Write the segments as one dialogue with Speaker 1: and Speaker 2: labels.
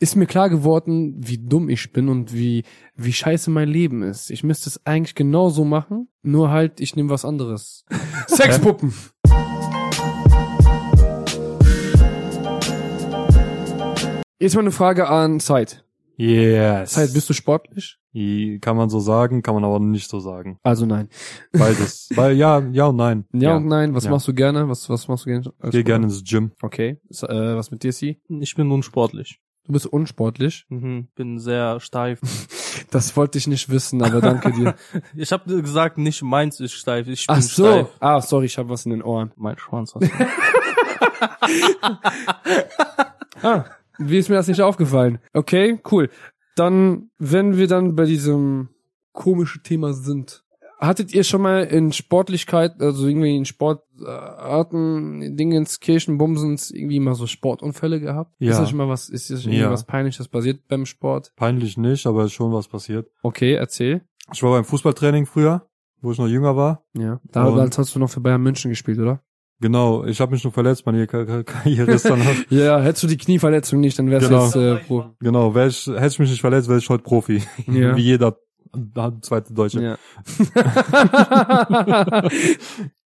Speaker 1: ist mir klar geworden, wie dumm ich bin und wie, wie scheiße mein Leben ist. Ich müsste es eigentlich genauso machen, nur halt, ich nehme was anderes. Sexpuppen! Jetzt mal eine Frage an Zeit.
Speaker 2: Yes.
Speaker 1: Zeit, bist du sportlich?
Speaker 2: I- Kann man so sagen, kann man aber nicht so sagen.
Speaker 1: Also nein.
Speaker 2: Beides. Weil ja, ja und nein.
Speaker 1: Ja, und nein, was
Speaker 2: Ja.
Speaker 1: machst du gerne? Was, was machst du gerne? als
Speaker 2: Geh
Speaker 1: Sport?
Speaker 2: gerne ins Gym.
Speaker 1: Okay. S- äh, was mit dir, Sie?
Speaker 3: Ich bin unsportlich.
Speaker 1: Du bist unsportlich.
Speaker 3: Mhm, bin sehr steif.
Speaker 1: Das wollte ich nicht wissen, aber danke dir.
Speaker 3: Ich habe gesagt, nicht meins ist steif. Ich bin
Speaker 1: Ach so.
Speaker 3: steif.
Speaker 1: Ah, sorry, ich habe was in den Ohren.
Speaker 3: Mein Schwanz. Hat
Speaker 1: Ah, wie ist mir das nicht aufgefallen? Okay, cool. Dann, wenn wir dann bei diesem komischen Thema sind, hattet ihr schon mal in Sportlichkeit, also irgendwie in Sportarten, Dingens, Kirchen, Bumsens, irgendwie mal so Sportunfälle gehabt?
Speaker 2: Ja.
Speaker 1: Ist das schon mal was, ist das schon
Speaker 2: Ja.
Speaker 1: irgendwas Peinliches passiert beim Sport?
Speaker 2: Peinlich nicht, aber ist schon was passiert.
Speaker 1: Okay, erzähl.
Speaker 2: Ich war beim Fußballtraining früher, wo ich noch jünger war.
Speaker 1: Ja.
Speaker 2: Und-
Speaker 1: Damals hast du noch für Bayern München gespielt, oder?
Speaker 2: Genau, ich habe mich nur verletzt, meine Ka- Ka- Karriere ist dann halt.
Speaker 1: Ja, hättest du die Knieverletzung nicht, dann wärst
Speaker 2: Genau.
Speaker 1: du jetzt, äh, Pro.
Speaker 2: Genau, wär ich, hätte ich mich nicht verletzt, wäre ich heute Profi.
Speaker 1: Ja.
Speaker 2: Wie jeder äh, zweite Deutsche.
Speaker 1: Ja.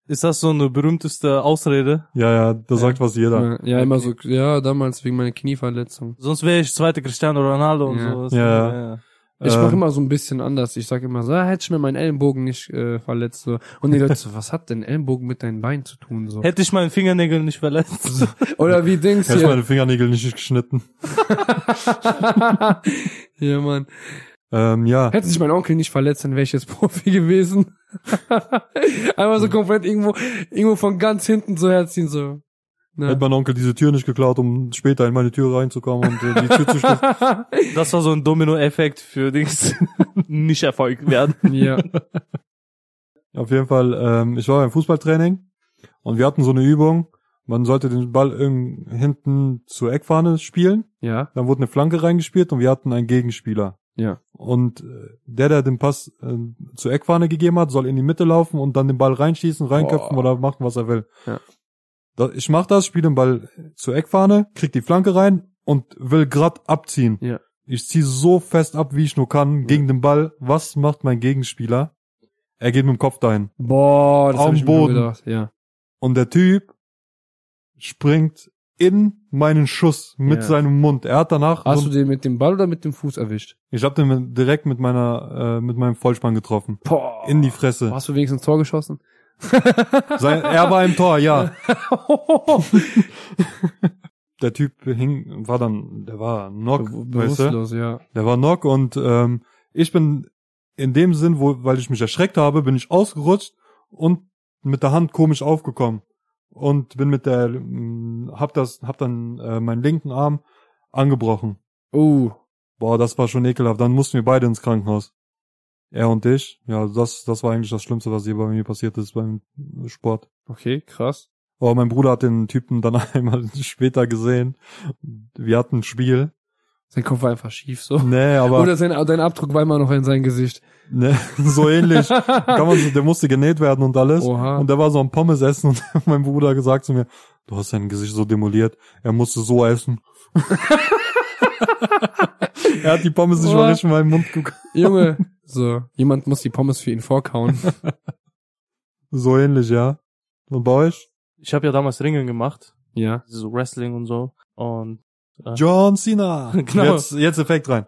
Speaker 3: ist das so eine berühmteste Ausrede?
Speaker 2: Ja, ja, da sagt was jeder.
Speaker 1: ja, immer so, ja, damals wegen meiner Knieverletzung.
Speaker 3: Sonst wäre ich zweiter Cristiano Ronaldo und
Speaker 1: Ja.
Speaker 3: sowas.
Speaker 2: Ja.
Speaker 1: Ich
Speaker 2: Ähm,
Speaker 1: mache immer so ein bisschen anders. Ich sage immer so, ah, hätte ich mir meinen Ellenbogen nicht äh, verletzt. So. Und die Leute so, was hat denn Ellenbogen mit deinen Beinen zu tun? So.
Speaker 3: Hätte ich meinen Fingernägel nicht verletzt.
Speaker 1: Oder wie denkst
Speaker 2: Hätte ich
Speaker 1: du?
Speaker 2: meine Fingernägel nicht geschnitten.
Speaker 1: ja, Mann.
Speaker 2: Ähm, ja.
Speaker 1: Hätte sich mein Onkel nicht verletzt, dann wäre ich jetzt Profi gewesen. Einmal so komplett irgendwo, irgendwo von ganz hinten so herziehen. So. Na.
Speaker 2: Hätte mein Onkel diese Tür nicht geklaut, um später in meine Tür reinzukommen und äh, die Tür zu schließen.
Speaker 3: Das war so ein Domino-Effekt für Dings. nicht Erfolg werden.
Speaker 1: ja.
Speaker 2: Auf jeden Fall, ähm, ich war beim Fußballtraining und wir hatten so eine Übung. Man sollte den Ball irgend- hinten zur Eckfahne spielen.
Speaker 1: Ja.
Speaker 2: Dann wurde eine Flanke reingespielt und wir hatten einen Gegenspieler.
Speaker 1: Ja.
Speaker 2: Und äh, der, der den Pass äh, zur Eckfahne gegeben hat, soll in die Mitte laufen und dann den Ball reinschießen, reinköpfen
Speaker 1: Boah.
Speaker 2: oder machen, was er will.
Speaker 1: Ja.
Speaker 2: Da, ich mach das, spiele den Ball zur Eckfahne, krieg die Flanke rein und will grad abziehen.
Speaker 1: Ja.
Speaker 2: Ich ziehe so fest ab, wie ich nur kann, gegen den Ball. Was macht mein Gegenspieler? Er geht mit dem Kopf dahin.
Speaker 1: Boah, das
Speaker 2: Auf
Speaker 1: hab
Speaker 2: dem
Speaker 1: ich mir
Speaker 2: Boden.
Speaker 1: gedacht. Ja.
Speaker 2: Und der Typ springt in meinen Schuss mit
Speaker 1: Ja.
Speaker 2: seinem Mund. Er hat danach,
Speaker 1: Hast
Speaker 2: so-
Speaker 1: du den mit dem Ball oder mit dem Fuß erwischt?
Speaker 2: ich habe den mit- direkt mit meiner, äh, mit meinem Vollspann getroffen.
Speaker 1: Boah.
Speaker 2: In die Fresse.
Speaker 1: Hast du wenigstens ein Tor geschossen?
Speaker 2: Sein, er war im Tor, ja. Der Typ hing, war dann, der war knock, weißt du?
Speaker 1: Bewusstlos, ja.
Speaker 2: Der war knock und ähm, ich bin in dem Sinn, wo, weil ich mich erschreckt habe, bin ich ausgerutscht und mit der Hand komisch aufgekommen und bin mit der, mh, hab das, hab dann äh, meinen linken Arm angebrochen.
Speaker 1: Oh,
Speaker 2: Boah, das war schon ekelhaft. Dann mussten wir beide ins Krankenhaus. Er und ich. Ja, das, das war eigentlich das Schlimmste, was hier bei mir passiert ist beim Sport.
Speaker 1: okay, krass.
Speaker 2: Aber mein Bruder hat den Typen dann einmal später gesehen. Wir hatten ein Spiel.
Speaker 1: Sein Kopf war einfach schief so.
Speaker 2: Nee, aber
Speaker 1: Oder sein, dein Abdruck war immer noch in sein Gesicht.
Speaker 2: nee, so ähnlich. Kann man, so- der musste genäht werden und alles.
Speaker 1: Oha.
Speaker 2: Und der war so am Pommes essen und mein Bruder gesagt zu mir, du hast sein Gesicht so demoliert. Er musste so essen. er hat die Pommes nicht mal
Speaker 1: Oha.
Speaker 2: richtig in meinen Mund gekommen.
Speaker 1: Junge, so, jemand muss die Pommes für ihn vorkauen.
Speaker 2: So ähnlich, ja. Und bei euch?
Speaker 3: Ich habe ja damals Ringen gemacht.
Speaker 1: ja.
Speaker 3: So Wrestling und so. Und
Speaker 2: John Cena.
Speaker 3: Genau.
Speaker 2: Jetzt, jetzt Effekt rein.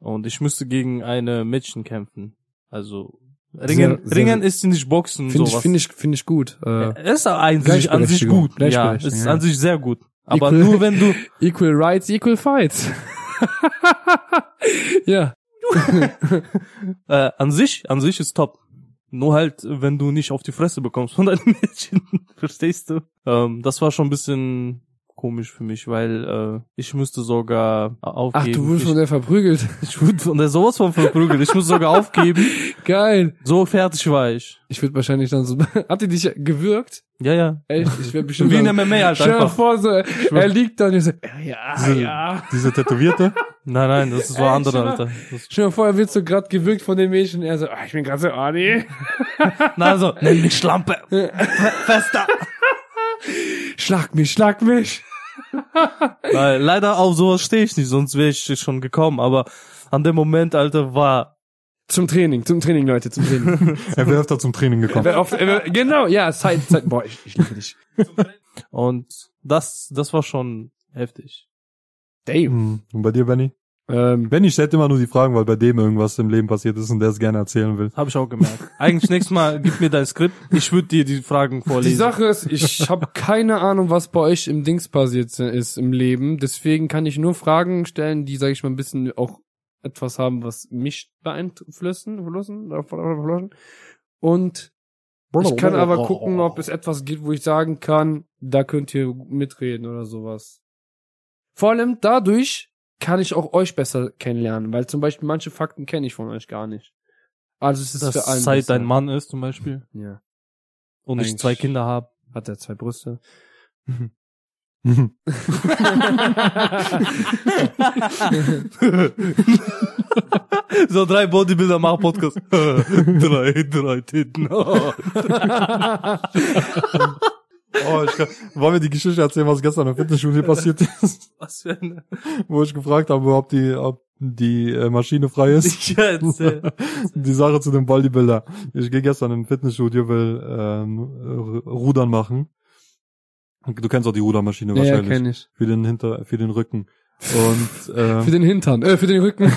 Speaker 3: Und ich müsste gegen eine Mädchen kämpfen. Also
Speaker 1: Sehr-
Speaker 3: Ringen,
Speaker 1: sehr-
Speaker 3: Ringen ist nicht Boxen
Speaker 1: Finde ich,
Speaker 3: sowas.
Speaker 1: finde ich, finde ich gut. Äh,
Speaker 3: es ist an sich, an sich
Speaker 1: Gleichberechtigung.
Speaker 3: gut. Ja, es
Speaker 1: Gleichberechtigung,
Speaker 3: ist
Speaker 1: ja.
Speaker 3: an sich sehr gut. Aber
Speaker 1: Equal-
Speaker 3: nur wenn du
Speaker 1: Equal rights, equal fights. ja.
Speaker 3: äh, an sich, an sich ist top. Nur halt, wenn du nicht auf die Fresse bekommst von deinem Mädchen, verstehst du? Ähm, das war schon ein bisschen komisch für mich, weil äh, ich müsste sogar
Speaker 1: Ach,
Speaker 3: aufgeben.
Speaker 1: du wurdest
Speaker 3: ich,
Speaker 1: von der verprügelt.
Speaker 3: ich wurde von der sowas von verprügelt. Ich muss sogar aufgeben.
Speaker 1: Geil.
Speaker 3: So fertig war ich.
Speaker 1: Ich würde wahrscheinlich dann so. Habt ihr dich gewürgt?
Speaker 3: Ja, ja.
Speaker 1: Echt? Ich wäre bestimmt.
Speaker 3: Wie in
Speaker 1: dann-
Speaker 3: MMA halt
Speaker 1: Stell dir mal
Speaker 3: einfach.
Speaker 1: vor, so, er liegt da und ich so, ja, ja,
Speaker 2: Diese,
Speaker 1: ja.
Speaker 2: diese Tätowierte.
Speaker 3: Nein, nein, das ist
Speaker 1: Ey,
Speaker 3: war andere,
Speaker 1: schlimmer.
Speaker 3: Alter. Das,
Speaker 1: Stell dir Äh, mal vor, er wird so grad gewürgt von den Mädchen. Er so, ah, ich bin grad so, ah, nee.
Speaker 3: na also, nenn mich Schlampe. Fester.
Speaker 1: Schlag mich, schlag mich.
Speaker 3: Weil leider auf sowas stehe ich nicht, sonst wäre ich schon gekommen. Aber an dem Moment, Alter, war.
Speaker 1: Zum Training, zum Training, Leute, zum Training.
Speaker 2: Er wäre öfter zum Training
Speaker 1: Er
Speaker 2: gekommen.
Speaker 1: wär oft, er wär, genau, ja, Zeit, Zeit. Boah, ich, ich liebe dich.
Speaker 3: Und das, das war schon heftig.
Speaker 1: Damn.
Speaker 2: Hm. Und bei dir, Benny?
Speaker 1: Ähm,
Speaker 2: Benny stellt immer nur die Fragen, weil bei dem irgendwas im Leben passiert ist und der es gerne erzählen will.
Speaker 3: Habe ich auch gemerkt. Eigentlich nächstes Mal gib mir dein Skript. Ich würde dir die Fragen vorlesen.
Speaker 1: die Sache ist, ich habe keine Ahnung, was bei euch im Dings passiert ist im Leben. Deswegen kann ich nur Fragen stellen, die, sage ich mal, ein bisschen auch etwas haben, was mich beeinflussen. beeinflussen Und ich kann aber gucken, ob es etwas gibt, wo ich sagen kann, da könnt ihr mitreden oder sowas. Vor allem dadurch kann ich auch euch besser kennenlernen, weil zum Beispiel manche Fakten kenne ich von euch gar nicht. Also es ist
Speaker 3: dass
Speaker 1: für einen
Speaker 3: Zeit dein
Speaker 1: besser.
Speaker 3: Mann ist zum Beispiel
Speaker 1: Ja.
Speaker 3: und ich
Speaker 1: Eigentlich-
Speaker 3: zwei Kinder Halt habe.
Speaker 1: Hat er zwei Brüste?
Speaker 3: so drei Bodybuilder machen Podcast. drei, drei Titten.
Speaker 2: Oh, ich kann, wollen wir die Geschichte erzählen, was gestern im Fitnessstudio passiert ist?
Speaker 3: Was für eine...
Speaker 2: Wo ich gefragt habe, ob die, ob die äh, Maschine frei ist.
Speaker 3: Ich erzähl.
Speaker 2: Die Sache zu dem Bodybuilder. Ich gehe gestern im Fitnessstudio, will ähm, Ru- Rudern machen. Du kennst auch die Rudermaschine
Speaker 1: ja,
Speaker 2: wahrscheinlich.
Speaker 1: kenne ich.
Speaker 2: für den Hinter, für den Rücken. Und ähm,
Speaker 1: Für den Hintern, äh, für den Rücken.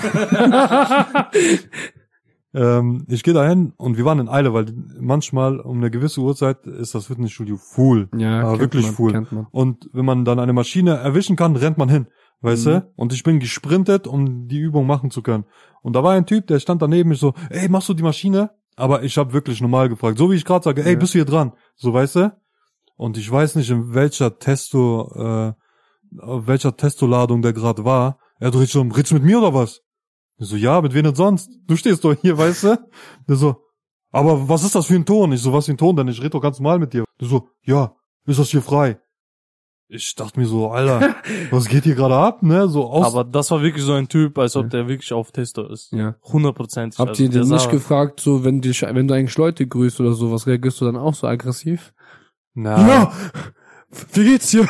Speaker 2: Ähm, ich gehe dahin und wir waren in Eile, weil manchmal um eine gewisse Uhrzeit ist das Fitnessstudio full.
Speaker 1: ja,
Speaker 2: Aber
Speaker 1: kennt
Speaker 2: wirklich
Speaker 1: man,
Speaker 2: cool.
Speaker 1: Kennt man.
Speaker 2: Und wenn man dann eine Maschine erwischen kann, rennt man hin. Weißt
Speaker 1: Mhm.
Speaker 2: du? Und ich bin gesprintet, um die Übung machen zu können. Und da war ein Typ, der stand daneben, ich so, ey, machst du die Maschine? Aber ich habe wirklich normal gefragt. So wie ich gerade sage, ey,
Speaker 1: Ja.
Speaker 2: bist du hier dran? So, weißt du? Und ich weiß nicht, in welcher Testo, äh, auf welcher Testoladung der gerade war. Er hat so, redest du mit mir oder was? Ich so, ja, mit wem denn sonst? Du stehst doch hier, weißt du? Der so, aber was ist das für ein Ton? Ich so, was für ein Ton denn? Ich rede doch ganz normal mit dir. Du so, ja, ist das hier frei? Ich dachte mir so, Alter, was geht hier gerade ab, ne? So aus.
Speaker 3: Aber das war wirklich so ein Typ, als ob der wirklich auf Testo ist.
Speaker 1: Ja.
Speaker 3: Hundertprozentig.
Speaker 1: Habt
Speaker 3: Also
Speaker 1: ihr
Speaker 3: der
Speaker 1: denn
Speaker 3: sah-
Speaker 1: nicht gefragt, so wenn, die, wenn du eigentlich Leute grüßt oder sowas, reagierst du dann auch so aggressiv?
Speaker 2: Na,
Speaker 1: Wie geht's dir?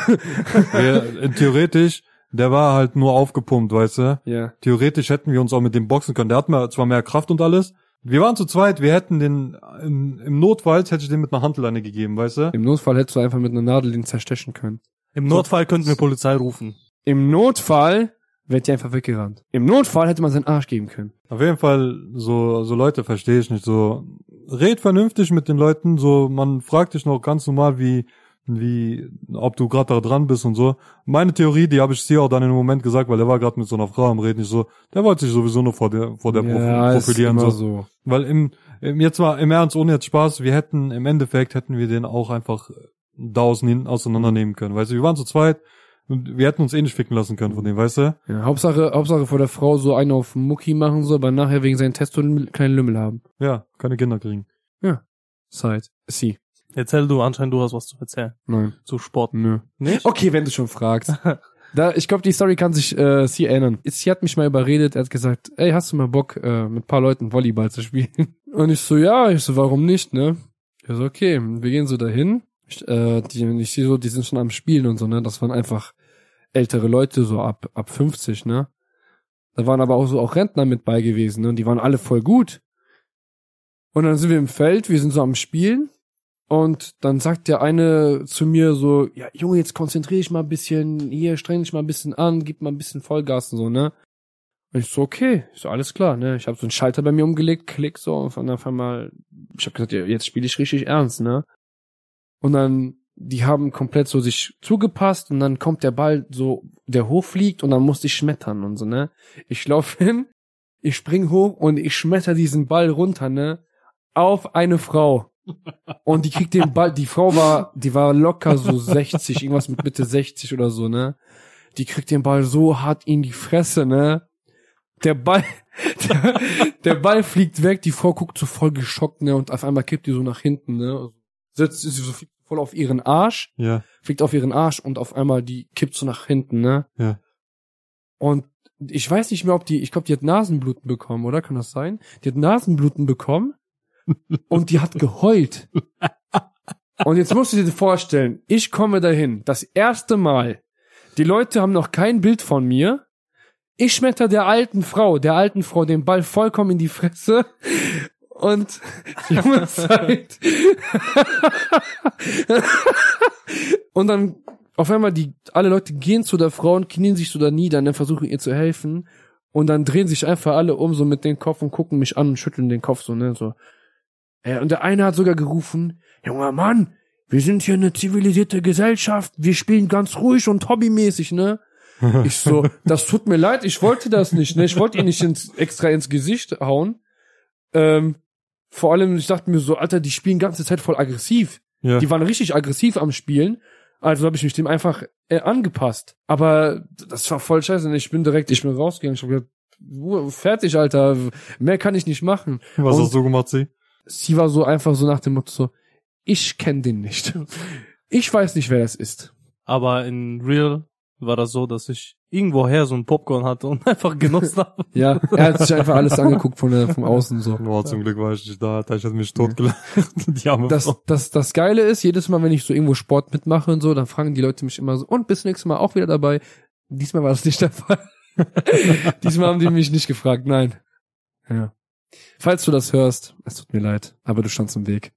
Speaker 2: wir, äh, theoretisch, der war halt nur aufgepumpt, weißt du?
Speaker 1: Ja.
Speaker 2: Theoretisch hätten wir uns auch mit dem boxen können. Der hat mal zwar mehr Kraft und alles. Wir waren zu zweit, wir hätten den, im, im Notfall hätte ich den mit einer Handeleine gegeben, weißt du?
Speaker 1: Im Notfall hättest du einfach mit einer Nadel ihn zerstechen können.
Speaker 3: Im Notfall könnten wir Polizei rufen.
Speaker 1: Im Notfall wird dir einfach weggerannt. Im Notfall hätte man seinen Arsch geben können.
Speaker 2: Auf jeden Fall, so, so Leute verstehe ich nicht. So, red vernünftig mit den Leuten, so, man fragt dich noch ganz normal, wie, wie, ob du gerade da dran bist und so. Meine Theorie, die habe ich dir auch dann im Moment gesagt, weil der war gerade mit so einer Frau am Reden. Ich so, der wollte sich sowieso nur vor der, vor der Profi- profilieren. So.
Speaker 1: so.
Speaker 2: Weil im, im, jetzt mal im Ernst, ohne jetzt Spaß, wir hätten, im Endeffekt hätten wir den auch einfach da außen hin auseinandernehmen können. Weißt du, wir waren zu zweit und wir hätten uns eh nicht ficken lassen können von dem, weißt du?
Speaker 1: Ja, Hauptsache, Hauptsache vor der Frau so einen auf Mucki machen soll, aber nachher wegen seinen Testo einen kleinen Lümmel haben.
Speaker 2: Ja, keine Kinder kriegen.
Speaker 1: Zeit. Sie.
Speaker 3: Erzähl du, anscheinend du hast was zu erzählen.
Speaker 1: Nein.
Speaker 3: Zu Sport.
Speaker 1: Nö.
Speaker 3: Nicht?
Speaker 1: Okay, wenn du schon fragst. Da, ich glaube, die Story kann sich äh, sie erinnern. Sie hat mich mal überredet, er hat gesagt, ey, hast du mal Bock, äh, mit paar Leuten Volleyball zu spielen? Und ich so, ja, ich so, warum nicht, ne? Ich so, okay, wir gehen so dahin. Ich, äh, die, ich sehe so, die sind schon am Spielen und so, ne? Das waren einfach ältere Leute, so ab, ab 50, ne? Da waren aber auch so auch Rentner mit bei gewesen, ne? Und die waren alle voll gut. Und dann sind wir im Feld, wir sind so am Spielen. Und dann sagt der eine zu mir so, ja, Junge, jetzt konzentriere dich mal ein bisschen, hier, streng dich mal ein bisschen an, gib mal ein bisschen Vollgas und so, ne? Und ich so, okay, ich so, alles klar, ne? Ich habe so einen Schalter bei mir umgelegt, klick so, und dann auf einmal, ich habe gesagt, ja, jetzt spiele ich richtig ernst, ne? Und dann, die haben komplett so sich zugepasst und dann kommt der Ball so, der hochfliegt und dann musste ich schmettern und so, ne? Ich laufe hin, ich spring hoch und ich schmetter diesen Ball runter, ne? Auf eine Frau. Und die kriegt den Ball, die Frau war, die war locker so 60, irgendwas mit Mitte 60 oder so, ne? Die kriegt den Ball so hart in die Fresse, ne? Der Ball, der, der Ball fliegt weg, die Frau guckt so voll geschockt, ne? Und auf einmal kippt die so nach hinten, ne? Sitzt sie so voll auf ihren Arsch
Speaker 2: Ja.
Speaker 1: fliegt auf ihren Arsch und auf einmal die kippt so nach hinten, ne?
Speaker 2: Ja.
Speaker 1: Und ich weiß nicht mehr, ob die, ich glaube, die hat Nasenbluten bekommen, oder? Kann das sein? Die hat Nasenbluten bekommen und die hat geheult. Und jetzt musst du dir vorstellen, ich komme dahin, das erste Mal. Die Leute haben noch kein Bild von mir. Ich schmetter der alten Frau, der alten Frau den Ball vollkommen in die Fresse. Und junge Zeit. und dann auf einmal die alle Leute gehen zu der Frau und knien sich so da nieder und dann versuchen ihr zu helfen und dann drehen sich einfach alle um so mit dem Kopf und gucken mich an und schütteln den Kopf so ne so. Äh, Und der eine hat sogar gerufen, junger Mann, wir sind hier eine zivilisierte Gesellschaft, wir spielen ganz ruhig und hobbymäßig, ne? Ich so, das tut mir leid, ich wollte das nicht, ne? Ich wollte ihn nicht ins, extra ins Gesicht hauen. Ähm, vor allem, ich dachte mir so, Alter, die spielen ganze Zeit voll aggressiv.
Speaker 2: Ja.
Speaker 1: Die waren richtig aggressiv am Spielen. Also habe ich mich dem einfach äh, angepasst. Aber das war voll scheiße. Und ich bin direkt, ich bin rausgegangen. Ich habe gesagt, "Ruhe, fertig, Alter. Mehr kann ich nicht machen.
Speaker 2: Was
Speaker 1: Und-
Speaker 2: hast du gemacht, sie?
Speaker 1: Sie war so einfach so nach dem Motto so, ich kenne den nicht. Ich weiß nicht, wer das ist.
Speaker 3: Aber in Real war das so, dass ich irgendwoher so ein Popcorn hatte und einfach genossen habe.
Speaker 1: Ja, er hat sich einfach alles angeguckt von, der- vom Außen so.
Speaker 2: Oh, zum Glück war ich nicht da, Alter. Ich hätte mich totgelacht. Die arme
Speaker 1: Das,
Speaker 2: Frau.
Speaker 1: das, das Geile ist, jedes Mal, wenn ich so irgendwo Sport mitmache und so, dann fragen die Leute mich immer so, und bis nächstes Mal auch wieder dabei. Diesmal war das nicht der Fall. Diesmal haben die mich nicht gefragt, nein. Ja. Falls du das hörst, es tut mir leid, aber du standst im Weg.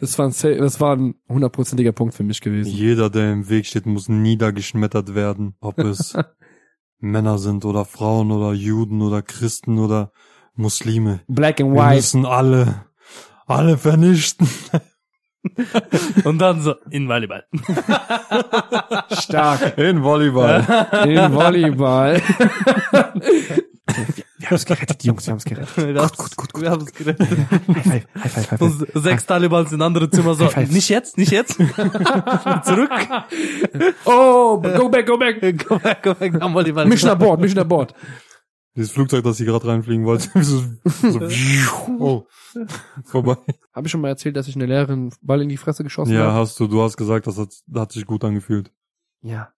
Speaker 1: das war ein, sa- das war ein hundertprozentiger Punkt für mich gewesen.
Speaker 2: Jeder, der im Weg steht, muss niedergeschmettert werden. Ob es Männer sind oder Frauen oder Juden oder Christen oder Muslime.
Speaker 1: Black and
Speaker 2: Wir
Speaker 1: white.
Speaker 2: müssen alle, alle vernichten.
Speaker 3: Und dann so, in Volleyball.
Speaker 1: Stark.
Speaker 2: In Volleyball.
Speaker 1: Im Volleyball. wir haben es gerettet, Jungs, wir haben es gerettet.
Speaker 3: Gut, gut, gut, gut. Wir haben es gerettet.
Speaker 1: High five, high five, high
Speaker 3: Und sechs Talibans in andere Zimmer so,
Speaker 1: Five.
Speaker 3: nicht jetzt, nicht jetzt. Zurück.
Speaker 1: Oh, go back, go back.
Speaker 3: Komm weg, komm weg, am Volleyball.
Speaker 1: Mission an Bord, Mission an Bord.
Speaker 2: Dieses Flugzeug, das ich gerade reinfliegen wollte. So, so, oh, vorbei.
Speaker 1: Habe ich schon mal erzählt, dass ich eine Lehrerin Ball in die Fresse geschossen
Speaker 2: Ja,
Speaker 1: habe?
Speaker 2: hast du, du hast gesagt, das hat, das hat sich gut angefühlt.
Speaker 1: Ja.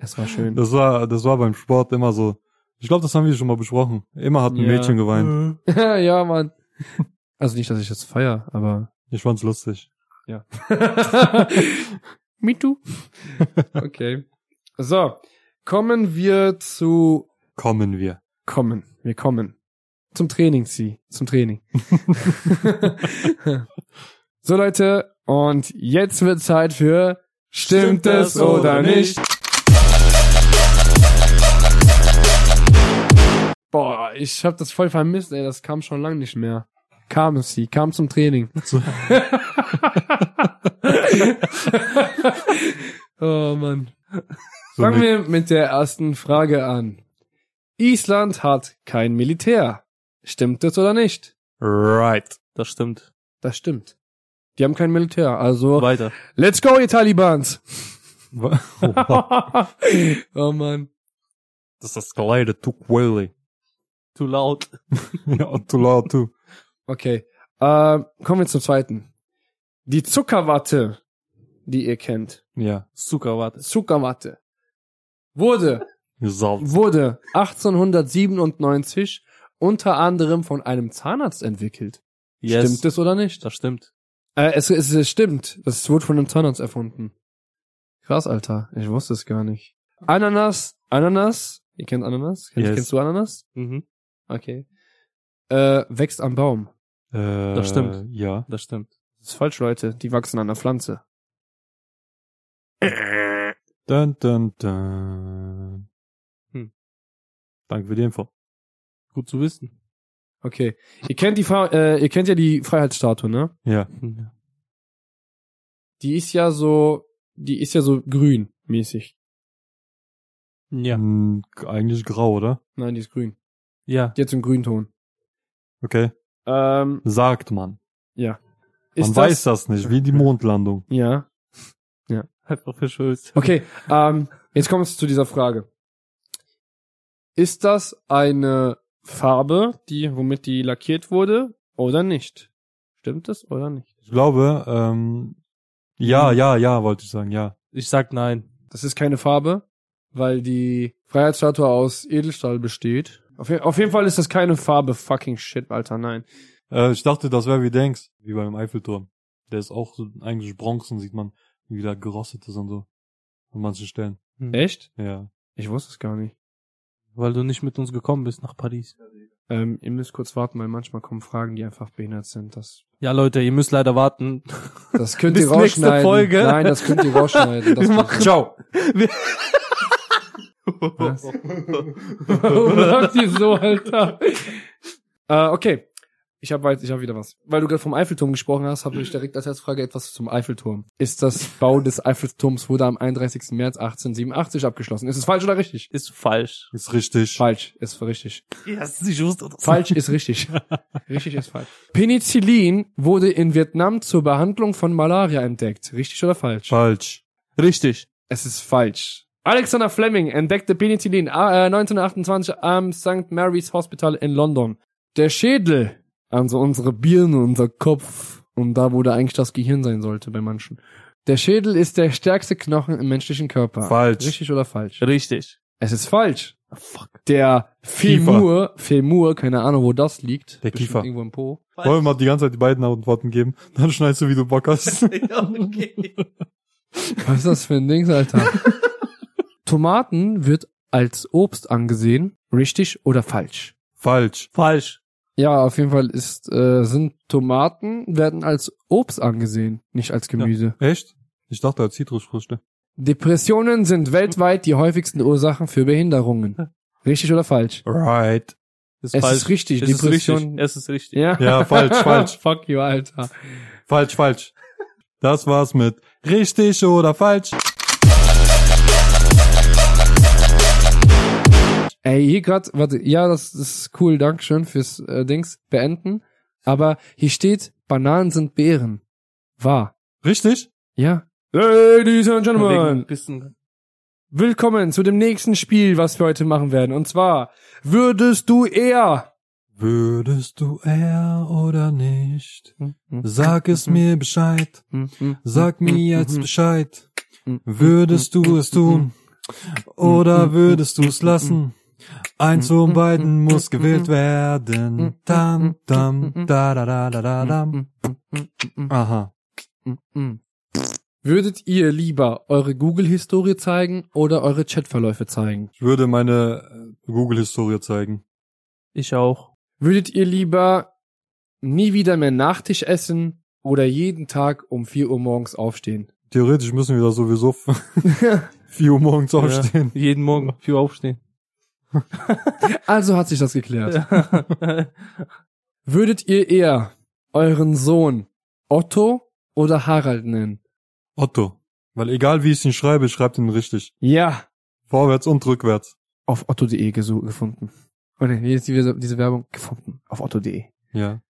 Speaker 1: Das war schön.
Speaker 2: Das war, das war beim Sport immer so. Ich glaube, das haben wir schon mal besprochen. Immer hat ein
Speaker 1: Ja.
Speaker 2: Mädchen geweint.
Speaker 3: Äh,
Speaker 1: ja, Mann. Also nicht, dass ich das feier, aber.
Speaker 2: Ich fand's lustig.
Speaker 1: Me too. Okay. So. Kommen wir zu
Speaker 2: Kommen wir.
Speaker 1: kommen. Wir kommen. Zum Training, sie. Zum Training. so, Leute. Und jetzt wird Zeit für Stimmt, es oder nicht? Boah, ich hab das voll vermisst, ey. Das kam schon lang nicht mehr. Kam es sie, kam zum Training.
Speaker 2: So.
Speaker 1: oh Mann.
Speaker 2: So
Speaker 1: Fangen
Speaker 2: mit-
Speaker 1: wir mit der ersten Frage an. Island hat kein Militär. Stimmt das oder nicht?
Speaker 2: Right.
Speaker 3: Das stimmt.
Speaker 1: Das stimmt. Die haben kein Militär, also
Speaker 3: Weiter.
Speaker 1: let's go, ihr Talibans!
Speaker 2: Wa- Oh, wow.
Speaker 1: oh Mann.
Speaker 2: das escalated too quickly.
Speaker 3: Too loud.
Speaker 2: Ja, und too loud too.
Speaker 1: Okay. Äh, kommen wir zum zweiten. Die Zuckerwatte, die ihr kennt.
Speaker 2: Ja.
Speaker 3: Zucker, warte.
Speaker 1: Zuckerwatte. Wurde
Speaker 2: Salz.
Speaker 1: wurde 1897 unter anderem von einem Zahnarzt entwickelt.
Speaker 3: Yes.
Speaker 1: Stimmt das oder nicht?
Speaker 3: Das stimmt.
Speaker 1: Äh, es, es, es stimmt. Das wurde von einem Zahnarzt erfunden. Krass, Alter. Ich wusste es gar nicht. Ananas, Ananas. Ihr kennt Ananas? Kennst,
Speaker 2: Yes.
Speaker 1: kennst du Ananas?
Speaker 3: Mhm.
Speaker 1: Okay. Äh, wächst am Baum.
Speaker 2: Äh,
Speaker 3: Das stimmt.
Speaker 2: Ja.
Speaker 3: Das stimmt.
Speaker 1: Das ist falsch, Leute. Die wachsen an der Pflanze.
Speaker 2: Dun, dun, dun.
Speaker 3: Hm.
Speaker 2: Danke für die Info.
Speaker 3: Gut zu wissen.
Speaker 1: Okay. Ihr kennt die, Fra- äh, ihr kennt ja die Freiheitsstatue, ne?
Speaker 2: Ja.
Speaker 1: Die ist ja so, die ist ja so grün mäßig.
Speaker 3: Ja.
Speaker 2: Hm, eigentlich grau, oder?
Speaker 1: Nein, die ist grün.
Speaker 3: Ja.
Speaker 1: Die hat so einen Grünton.
Speaker 2: Okay.
Speaker 1: Ähm,
Speaker 2: Sagt man. Man
Speaker 1: ist das,
Speaker 2: weiß das nicht, wie die Mondlandung.
Speaker 1: Ja.
Speaker 3: Einfach verschwörst.
Speaker 1: Okay, ähm, jetzt kommt es zu dieser Frage. Ist das eine Farbe, die, womit die lackiert wurde, oder nicht? Stimmt das oder nicht?
Speaker 2: Ich glaube, ähm, ja, ja, ja, wollte ich sagen, ja.
Speaker 3: Ich sag nein.
Speaker 1: Das ist keine Farbe, weil die Freiheitsstatue aus Edelstahl besteht. Auf, je- auf jeden Fall ist das keine Farbe. Fucking shit, Alter, nein.
Speaker 2: Äh, ich dachte, das wäre wie Denks, wie beim Eiffelturm. Der ist auch so, eigentlich Bronzen, sieht man, wie der gerostet ist und so. An manchen Stellen.
Speaker 1: Echt?
Speaker 2: Ja.
Speaker 1: Ich wusste es gar nicht.
Speaker 3: Weil du nicht mit uns gekommen bist nach Paris.
Speaker 1: Ähm, ihr müsst kurz warten, weil manchmal kommen Fragen, die einfach behindert sind. Das,
Speaker 3: Ja, Leute, ihr müsst leider warten.
Speaker 1: das könnt
Speaker 3: Bis
Speaker 1: ihr
Speaker 3: nächste
Speaker 1: rausschneiden.
Speaker 3: Folge.
Speaker 1: Nein, das könnt ihr rausschneiden. Das
Speaker 3: Wir
Speaker 1: könnt ihr-
Speaker 3: machen-
Speaker 2: Ciao!
Speaker 1: Was? Warum sagt ihr so, Alter? äh, okay. Ich habe ich hab wieder was. Weil du gerade vom Eiffelturm gesprochen hast, habe ich direkt als erste Frage etwas zum Eiffelturm. Ist das Bau des Eiffelturms wurde am 31. März 1887 abgeschlossen? Ist es falsch oder richtig?
Speaker 3: Ist falsch.
Speaker 2: Ist richtig.
Speaker 1: Falsch, ist richtig.
Speaker 3: Yes, ich wusste das.
Speaker 1: Falsch ist richtig. richtig ist falsch. Penicillin wurde in Vietnam zur Behandlung von Malaria entdeckt. Richtig oder falsch?
Speaker 2: Falsch.
Speaker 3: Richtig.
Speaker 1: Es ist falsch. Alexander Fleming entdeckte Penicillin ah, äh, 1928 am St. Mary's Hospital in London. Der Schädel, also unsere Birne, unser Kopf, und da wo da eigentlich das Gehirn sein sollte bei manchen. Der Schädel ist der stärkste Knochen im menschlichen Körper.
Speaker 2: Falsch. Ah,
Speaker 1: Richtig oder falsch?
Speaker 3: Richtig.
Speaker 1: Es ist falsch.
Speaker 3: Fuck.
Speaker 1: Der
Speaker 2: Kiefer.
Speaker 1: Femur, Femur, keine Ahnung, wo das liegt.
Speaker 2: Der
Speaker 1: Bestimmt
Speaker 2: Kiefer.
Speaker 1: Irgendwo im Po.
Speaker 2: Wollen wir mal die ganze Zeit die beiden Antworten geben? Dann schneidest du, wie du Bock hast.
Speaker 1: Was ist das für ein Ding, Alter? Tomaten wird als Obst angesehen. Richtig oder falsch?
Speaker 2: Falsch.
Speaker 3: Falsch.
Speaker 1: Ja, auf jeden Fall ist, äh, sind Tomaten werden als Obst angesehen, nicht als Gemüse.
Speaker 2: Echt? Ich dachte, als Zitrusfrüchte.
Speaker 1: Depressionen sind weltweit die häufigsten Ursachen für Behinderungen. Richtig oder falsch?
Speaker 2: Right.
Speaker 3: Ist
Speaker 1: Es
Speaker 3: falsch.
Speaker 1: ist richtig.
Speaker 3: Es ist
Speaker 1: Depressionen.
Speaker 3: richtig. Es ist richtig.
Speaker 1: Ja.
Speaker 2: Ja, falsch, falsch.
Speaker 1: Fuck you, Alter.
Speaker 2: Falsch, falsch. Das war's mit richtig oder falsch.
Speaker 1: Ey, hier grad, warte, ja, das ist cool, Dankeschön fürs äh, Dings beenden. Aber hier steht, Bananen sind Beeren. Wahr.
Speaker 2: Richtig?
Speaker 1: Ja. Ladies and
Speaker 3: Wegen Pissen.
Speaker 1: willkommen zu dem nächsten Spiel, was wir heute machen werden. Und zwar, würdest du eher
Speaker 2: Würdest du er oder nicht?
Speaker 1: Hm,
Speaker 2: Sag es mir Bescheid. Sag
Speaker 3: Mhm,
Speaker 2: mir jetzt Bescheid. Würdest du es tun?
Speaker 3: Mhm,
Speaker 2: Oder würdest du es lassen? Eins von beiden muss
Speaker 3: mhm,
Speaker 2: gewählt werden. Dam, dam, da, da, da, da,
Speaker 3: Mhm,
Speaker 2: da, dam. Aha.
Speaker 1: Mm, Würdet ihr lieber eure Google-Historie zeigen oder eure Chatverläufe zeigen?
Speaker 2: Ich würde meine äh, Google-Historie zeigen.
Speaker 3: Ich auch.
Speaker 1: Würdet ihr lieber nie wieder mehr Nachtisch essen oder jeden Tag um 4 Uhr morgens aufstehen?
Speaker 2: Theoretisch müssen wir da sowieso 4 Uhr morgens aufstehen.
Speaker 3: Ja, jeden Morgen um 4 Uhr aufstehen.
Speaker 1: Also hat sich das geklärt.
Speaker 3: Otto
Speaker 1: Würdet ihr eher euren Sohn Otto oder Harald nennen?
Speaker 2: Otto. Weil egal wie ich ihn schreibe, ich schreibe ihn richtig.
Speaker 1: Ja.
Speaker 2: Vorwärts und rückwärts.
Speaker 1: Auf otto.de gesu- gefunden. Und hier ist diese, diese Werbung gefunden. Auf otto.de.
Speaker 2: Ja.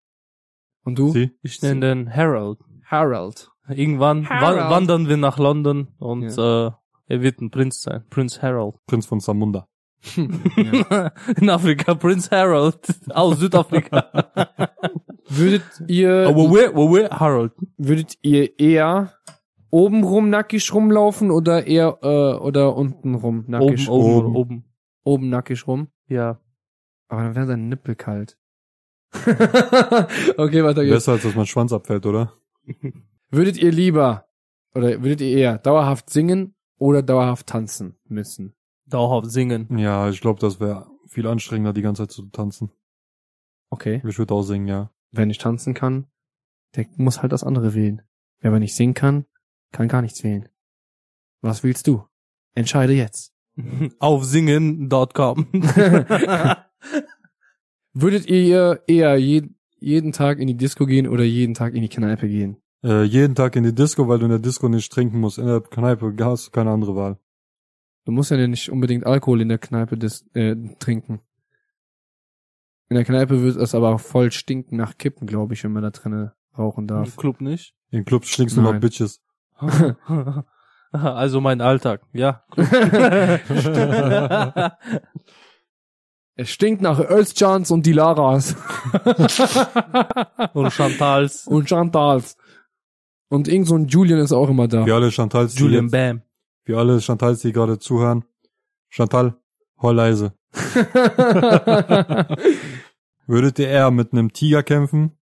Speaker 1: Und du?
Speaker 2: Sie?
Speaker 3: Ich nenne den Harold.
Speaker 1: Harald.
Speaker 3: Irgendwann
Speaker 1: Harold.
Speaker 3: wa- wandern wir nach London und äh, er wird ein Prinz sein. Prinz Harold.
Speaker 2: Prinz von Samunda.
Speaker 3: In Afrika, Prinz Harold. Aus Südafrika.
Speaker 1: Würdet ihr,
Speaker 3: Aber where, where, where, Harold?
Speaker 1: würdet ihr eher obenrum nackig rumlaufen oder eher, äh, oder untenrum nackig?
Speaker 3: Oben, oben,
Speaker 2: Oben.
Speaker 3: oben.
Speaker 1: oben nackig rum.
Speaker 3: Ja.
Speaker 1: Aber dann wäre dein Nippel kalt. okay, weiter geht's.
Speaker 2: Besser als dass mein Schwanz abfällt, oder?
Speaker 1: Würdet ihr lieber, oder würdet ihr eher dauerhaft singen oder dauerhaft tanzen müssen?
Speaker 3: Dauerhaft singen.
Speaker 2: Ja, ich glaube, das wäre viel anstrengender, die ganze Zeit zu tanzen.
Speaker 1: Okay.
Speaker 2: Ich würde auch singen, ja.
Speaker 1: Wer nicht tanzen kann, der muss halt das andere wählen. Wer aber nicht singen kann, kann gar nichts wählen. Was willst du? Entscheide jetzt.
Speaker 3: Auf singen.com.
Speaker 1: Würdet ihr eher je, jeden Tag in die Disco gehen oder jeden Tag in die Kneipe gehen?
Speaker 2: Äh, jeden Tag in die Disco, weil du in der Disco nicht trinken musst. In der Kneipe hast du keine andere Wahl.
Speaker 1: Du musst ja nicht unbedingt Alkohol in der Kneipe des, äh, trinken. In der Kneipe wird es aber auch voll stinken nach Kippen, glaube ich, wenn man da drinnen rauchen
Speaker 3: Im
Speaker 1: darf.
Speaker 3: Club nicht.
Speaker 2: In Clubs schlingst du noch
Speaker 1: Nein.
Speaker 2: Bitches.
Speaker 3: Also mein Alltag. Ja.
Speaker 1: es stinkt nach Özcans und Dilaras.
Speaker 3: Und Chantals.
Speaker 1: und Chantals. Und irgend so ein Julian ist auch immer da.
Speaker 2: Wie alle Chantals, die
Speaker 3: Julian
Speaker 2: jetzt-
Speaker 3: Bam.
Speaker 2: wie alle Chantals, die gerade zuhören. Chantal, hol leise. Würdet ihr eher mit einem Tiger kämpfen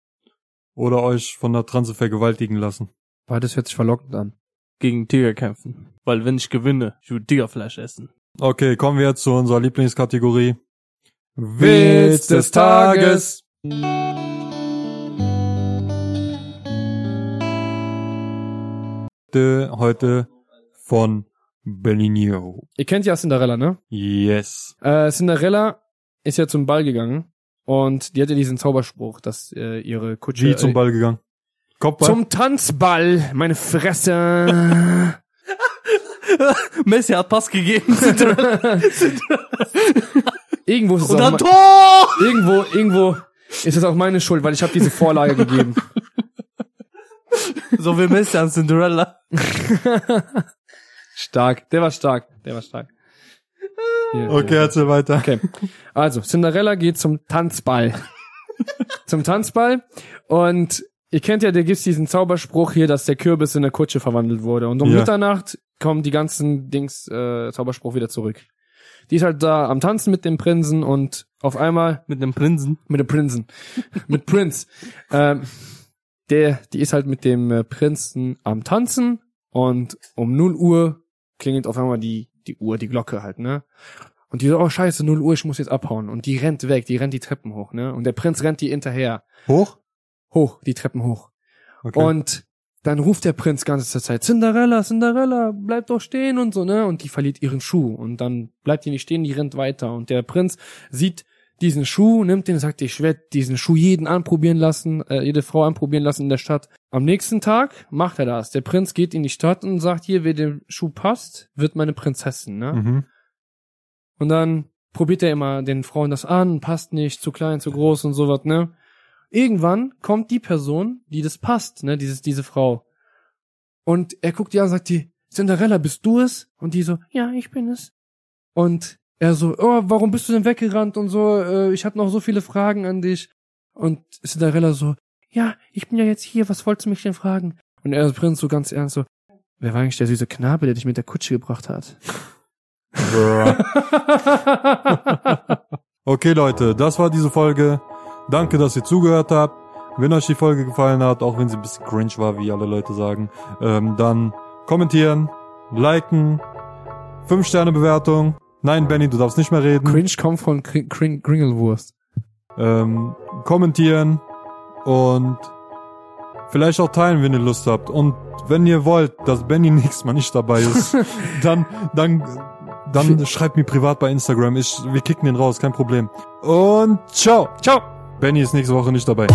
Speaker 2: oder euch von der Transe vergewaltigen lassen.
Speaker 1: Beides hört sich verlockend an.
Speaker 3: Gegen Tiger kämpfen. Weil wenn ich gewinne, ich würde Tigerfleisch essen.
Speaker 2: Okay, kommen wir jetzt zu unserer Lieblingskategorie.
Speaker 1: Witz des Tages.
Speaker 2: Heute- Heute von Bellinio.
Speaker 1: Ihr kennt ja Cinderella, ne?
Speaker 2: Yes.
Speaker 1: Äh, Cinderella ist ja zum Ball gegangen und die hat ja diesen Zauberspruch, dass äh, ihre Kutsche
Speaker 2: G zum
Speaker 1: äh,
Speaker 2: Ball gegangen. Kopfball.
Speaker 1: zum Tanzball, meine Fresse.
Speaker 3: Messi hat Pass gegeben.
Speaker 1: irgendwo ist es
Speaker 3: Und
Speaker 1: auch
Speaker 3: dann
Speaker 1: me-
Speaker 3: Tor!
Speaker 1: irgendwo irgendwo ist es auch meine Schuld, weil ich habe diese Vorlage gegeben.
Speaker 3: So wie Messi an Cinderella.
Speaker 1: Stark, der war stark, der war stark. Hier,
Speaker 2: okay,
Speaker 1: hier.
Speaker 2: erzähl weiter.
Speaker 1: Okay. Also, Cinderella geht zum Tanzball. zum Tanzball. Und ihr kennt ja, da gibt's diesen Zauberspruch hier, dass der Kürbis in eine Kutsche verwandelt wurde. Und um
Speaker 2: Ja.
Speaker 1: Mitternacht kommen die ganzen Dings, äh, Zauberspruch wieder zurück. Die ist halt da am Tanzen mit dem Prinzen und auf einmal
Speaker 3: Mit einem Prinzen.
Speaker 1: mit dem Prinzen. mit Prinz. Ähm, der, die ist halt mit dem äh, Prinzen am Tanzen und um 0 Uhr klingelt auf einmal die, die Uhr, die Glocke halt, ne? Und die so, oh scheiße, 0 Uhr, ich muss jetzt abhauen. Und die rennt weg, die rennt die Treppen hoch, ne? Und der Prinz rennt die hinterher.
Speaker 2: Hoch?
Speaker 1: Hoch, die Treppen hoch.
Speaker 2: Okay.
Speaker 1: Und dann ruft der Prinz ganze Zeit, Cinderella, Cinderella, bleib doch stehen und so, ne? Und die verliert ihren Schuh. Und dann bleibt die nicht stehen, die rennt weiter. Und der Prinz sieht diesen Schuh, nimmt den und sagt, ich werde diesen Schuh jeden anprobieren lassen, äh, jede Frau anprobieren lassen in der Stadt. Am nächsten Tag macht er das. Der Prinz geht in die Stadt und sagt, hier, wer dem Schuh passt, wird meine Prinzessin, ne?
Speaker 2: mhm.
Speaker 1: Und dann probiert er immer den Frauen das an, passt nicht, zu klein, zu groß und sowas, ne? Irgendwann kommt die Person, die das passt, ne, dieses, diese Frau. Und er guckt die an und sagt die, Cinderella, bist du es? Und die so, ja, ich bin es. Und er so, oh, warum bist du denn weggerannt und so, äh, ich habe noch so viele Fragen an dich. Und Cinderella so, ja, ich bin ja jetzt hier, was wolltest du mich denn fragen? Und er Prinz so ganz ernst so, wer war eigentlich der süße Knabe, der dich mit der Kutsche gebracht hat?
Speaker 2: Bruh. okay, Leute, das war diese Folge. Danke, dass ihr zugehört habt. Wenn euch die Folge gefallen hat, auch wenn sie ein bisschen cringe war, wie alle Leute sagen, ähm, dann kommentieren, liken, 5-Sterne-Bewertung. Nein, Benny, du darfst nicht mehr reden.
Speaker 1: Cringe kommt von Kri- Kring Kringlewurst.
Speaker 2: ähm, kommentieren und vielleicht auch teilen, wenn ihr Lust habt. Und wenn ihr wollt, dass Benny nächstes Mal nicht dabei ist, dann, dann, dann schreibt mir privat bei Instagram. Ich, wir kicken den raus, kein Problem. Und ciao. Ciao. Benny ist nächste Woche nicht dabei.